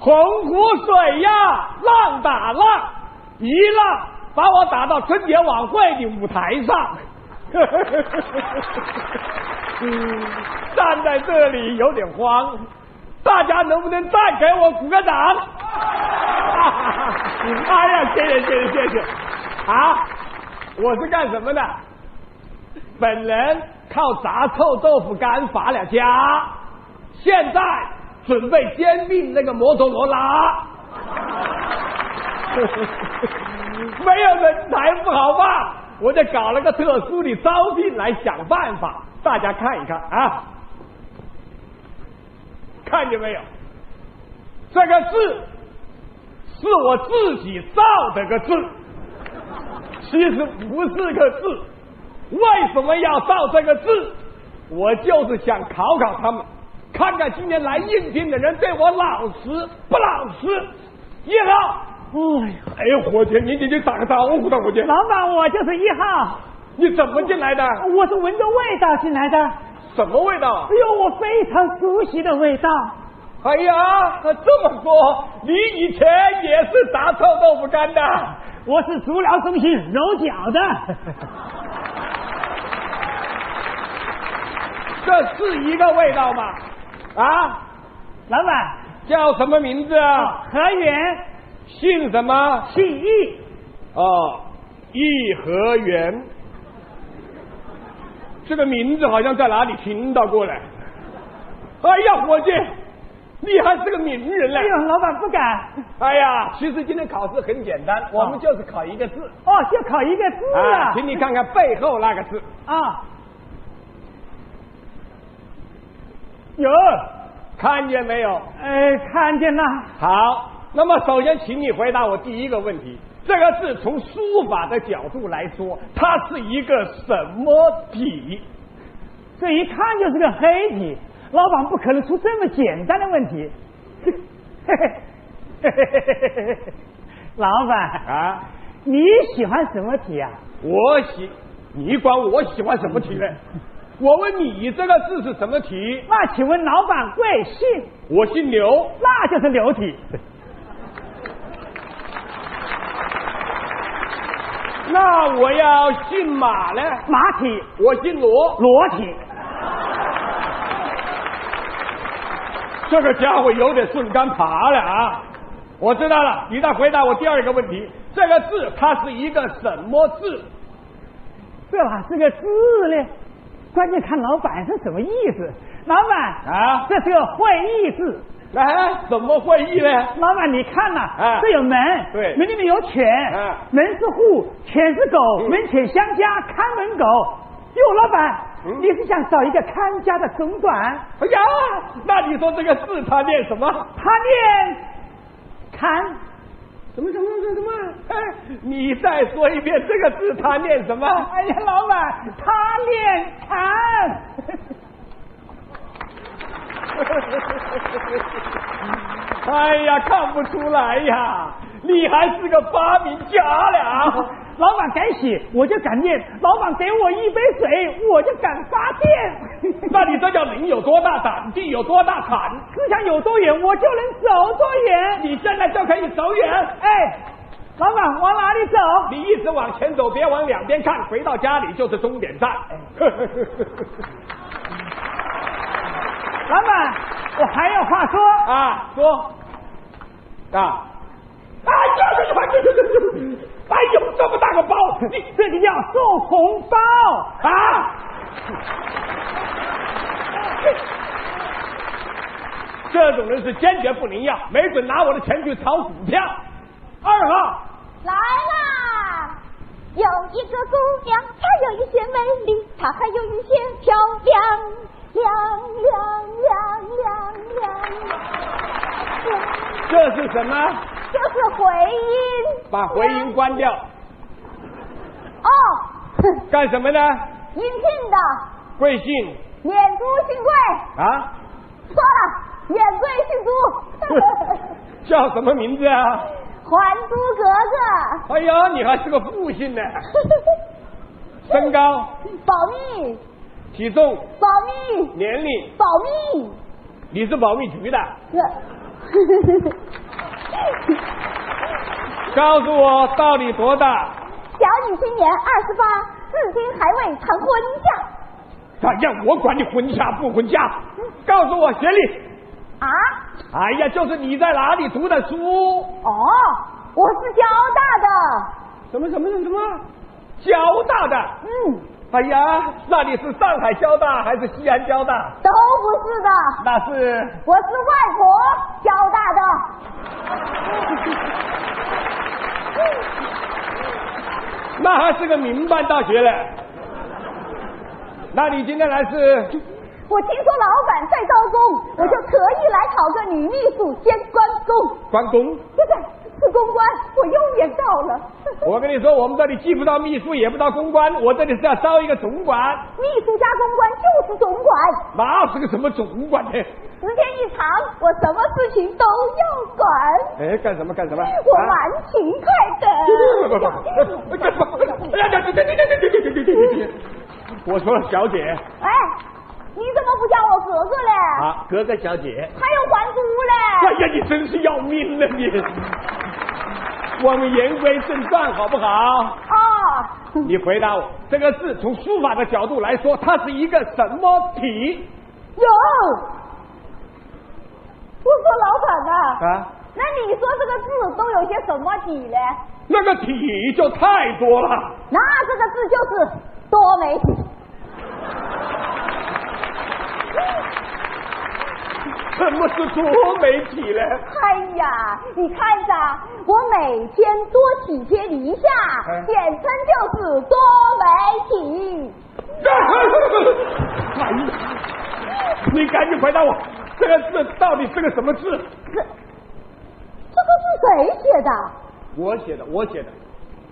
洪湖水呀，浪打浪，一浪把我打到春节晚会的舞台上。 嗯站在这里有点慌，大家能不能再给我鼓个掌？ 哎呀，谢谢谢谢谢谢！啊，我是干什么的？本人靠炸臭豆腐干发了家，现在准备兼并那个摩托罗拉。没有人才不好办，我就搞了个特殊的招聘来想办法，大家看一看啊，看见没有？这个字是我自己造的个字，其实不是个字。为什么要造这个字？我就是想考考他们，看看今天来应聘的人对我老实不老实。一号，哎呀，哎呦，伙计，你你你打个招呼的，伙计，老板，我就是一号，你怎么进来的？我是闻着味道进来的，哎什么味道啊？呦，我非常熟悉的味道。哎呀，这么说，你以前也是炸臭豆腐干的？我是足疗中心揉脚的，这是一个味道吗？啊，老板，叫什么名字啊？哦何源姓什么？信义，哦，颐和园。这个名字好像在哪里听到过嘞？哎呀，伙计，你还是个名人嘞哎！呦，老板不敢，哎呀，其实今天考试很简单，我们就是考一个字。哦，就考一个字啊，啊，请你看看背后那个字。啊，有，看见没有？呃，看见了，好，那么首先，请你回答我第一个问题：这个字从书法的角度来说，它是一个什么体？这一看就是个黑体，老板不可能出这么简单的问题。嘿嘿嘿嘿嘿嘿嘿嘿老板，啊，你喜欢什么体啊？我喜，你管我喜欢什么体呢？我问你，这个字是什么体？那请问老板贵姓？我姓刘，那就是流体。那我要姓马呢？马体、我姓罗，裸体，这个家伙有点顺杆爬了啊！我知道了，你再回答我第二个问题：这个字它是一个什么字？这哪是个字呢？关键看老板是什么意思。老板啊这是个会意字。哎，怎么会议呢？老板，你看呐、哎这有门，对门里面有犬，哎门是户，犬是狗，嗯门犬相加，看门狗。哟，老板，嗯你是想找一个看家的总管？哎呀，那你说这个字它念什么？他念看，什么什么什么什么？哎，你再说一遍这个字它念什么？哎呀，老板，他念看。哎呀，看不出来呀，你还是个发明家了。老板敢写，我就敢念；老板给我一杯水，我就敢发电。 那你这叫人有多大胆，地有多大产？思想有多远，我就能走多远。你现在就可以走远。哎，老板往哪里走？你一直往前走，别往两边看，回到家里就是终点站。哎 老板，我还有话说。啊，说啊，哎呀呀呀呀呀！哎呦，这么大个包，你这里要送红包，啊！这种人是坚决不能要，没准拿我的钱去炒股票。二号，来啦！有一个姑娘，她有一些美丽，她还有一些漂亮，亮亮亮亮亮亮，这是什么？就是回 音把回音关掉，哦。哼干什么呢？ 应聘的贵姓免租姓贵，啊？错了，免贵姓租，叫什么名字啊？还珠格 格哎呀，你还是个父姓呢。身高、 保密，体重、保密，年龄，保密。你是保密局的，这 告诉我到底多大？小女今年二十八，至今还未成婚嫁。哎呀，我管你婚嫁不婚嫁，告诉我学历。啊？哎呀，就是你在哪里读的书？哦，我是交大的。什么什么什么什么？交大的。嗯，哎呀，那你是上海交大还是西安交大？都不是的，那是我是外婆交大的。那还是个民办大学嘞。那你今天来是？我听说老板在招工，我就特意来考个女秘书兼关公。关公？对对，是公关，我又演到了。我跟你说，我们这里既不当秘书，也不当公关，我这里是要招一个总管。秘书加公关就是总管。那是个什么总管呢？时间一长，我什么事情都要管，哎，干什么干什么？我蛮勤快的。我说小姐哎，你怎么不叫我格格嘞？啊，格格小姐，还有还珠哎嘞？呀，你真是要命了你！我们言归正传好不好？啊，你回答我，这个字从书法的角度来说，它是一个什么体有。我说老板呐、啊？那你说这个字都有些什么底嘞？那个体就太多了。那这个字就是多媒体。什么是多媒体呢？哎呀，你看着啊，我每天多体贴你一下，哎简称就是多媒体。哎呀， 你赶紧回答我，这个字到底是个什么字？这个字谁写的？我写的，我写的，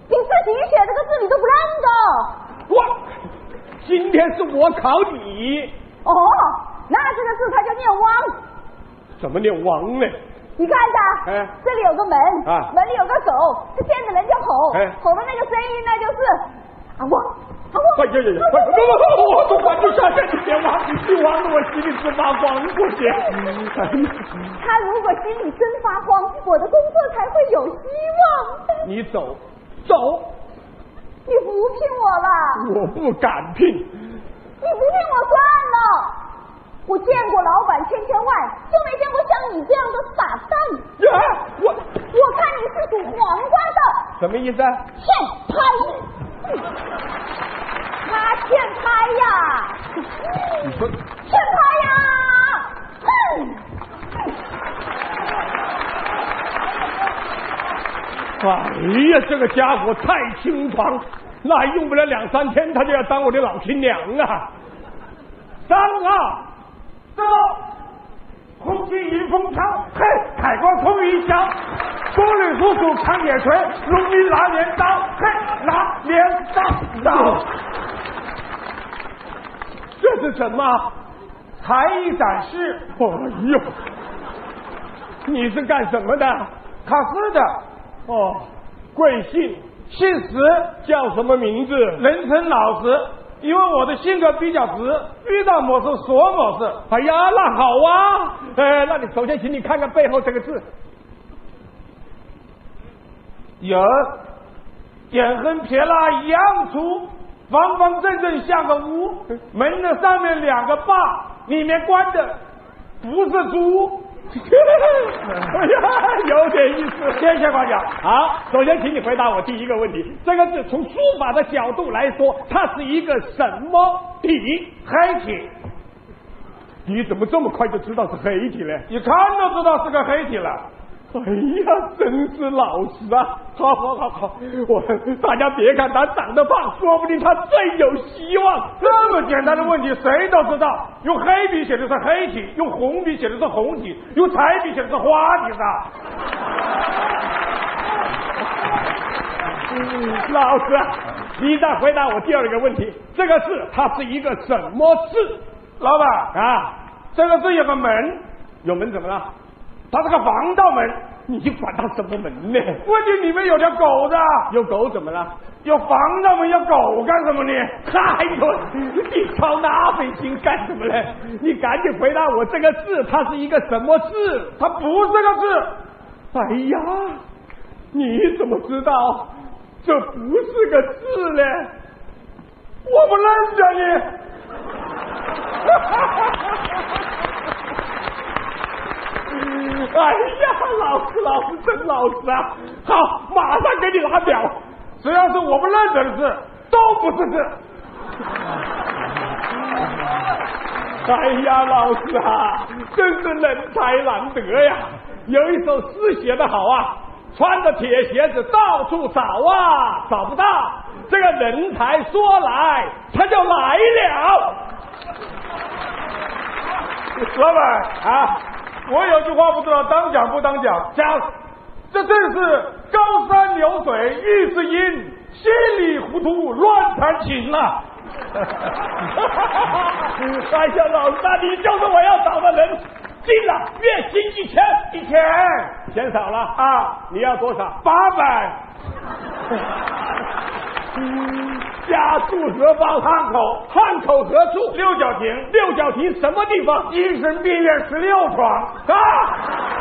你自己写这个字你都不认得。我。今天是我考你，哦，那这个字它叫念汪。怎么念王呢？你看着，哎这里有个门，啊门里有个狗，这见着人就吼，哎吼的那个声音呢就是啊汪啊汪。哎呀呀呀！快快快！我都玩不下去，你别玩，你玩的我心里直发慌，我姐。哎呀，他如果心里真发慌，我的工作才会有希望。你走，走，你不聘我了。我不敢聘。你不骗我算了，我见过老板千千万，就没见过像你这样的傻蛋。呀，我我看你是属黄瓜的，嗯什么意思啊？欠拍。他欠拍呀，你说欠拍呀！嗯哼，哎呀，这个家伙太轻狂，那还用不了两三天，他就要当我的老亲娘啊！三啊，走，红军迎风飘，嘿，凯光通云霄，国旅府主抗野锤，农民拿镰刀，嘿，拿镰刀刀。这是什么？才艺展示。哎呦，你是干什么的？卡斯的。哦，贵姓？姓石，叫什么名字？人称老石，因为我的性格比较直，遇到某事说某事。哎呀，那好啊，呃，那你首先请你看看背后这个字，有，点横撇捺一样粗，方方正正像个屋，门的上面两个坝，里面关的不是猪。哎呀， 有点意思，谢谢夸奖。好，首先请你回答我第一个问题，这个字从书法的角度来说，它是一个什么体？黑体。你怎么这么快就知道是黑体嘞？一看就知道是个黑体了。哎呀，真是老实啊！好好好好，我大家别看他长得胖，说不定他最有希望。这么简单的问题，谁都知道。用黑笔写的是黑体，用红笔写的是红体，用彩笔写的是花体的。老师，你再回答我第二个问题，这个字它是一个什么字？老板啊，这个字有个门，有门怎么了？它是个防盗门，你管他什么门呢？问题你们有条狗的，有狗怎么了？有房子，我们要狗干什么呢？哎呦，你操那阿飞精干什么嘞？你赶紧回答我这个字，它是一个什么字？它不是个字，哎呀，你怎么知道这不是个字嘞？我不认啊得你。 哎呀，老师老师真老实啊！好，马上给你拿表。只要是我不认得的字，都不是字。哎呀，老师啊，真是人才难得呀！有一首诗写得好啊，穿着铁鞋子到处找啊，找不到。这个人才说来，他就来了老板，啊！我有句话不知道当讲不当讲，讲，这正是高山流水遇知音，稀里糊涂乱弹琴啊呐、哎呀，老大，你就是我要找的人。进了，月薪一千，一千钱少了啊！啊，你要多少？八百， 家住何方？汉口汉口何处？六角亭六角亭什么地方？精神病院十六床，啊！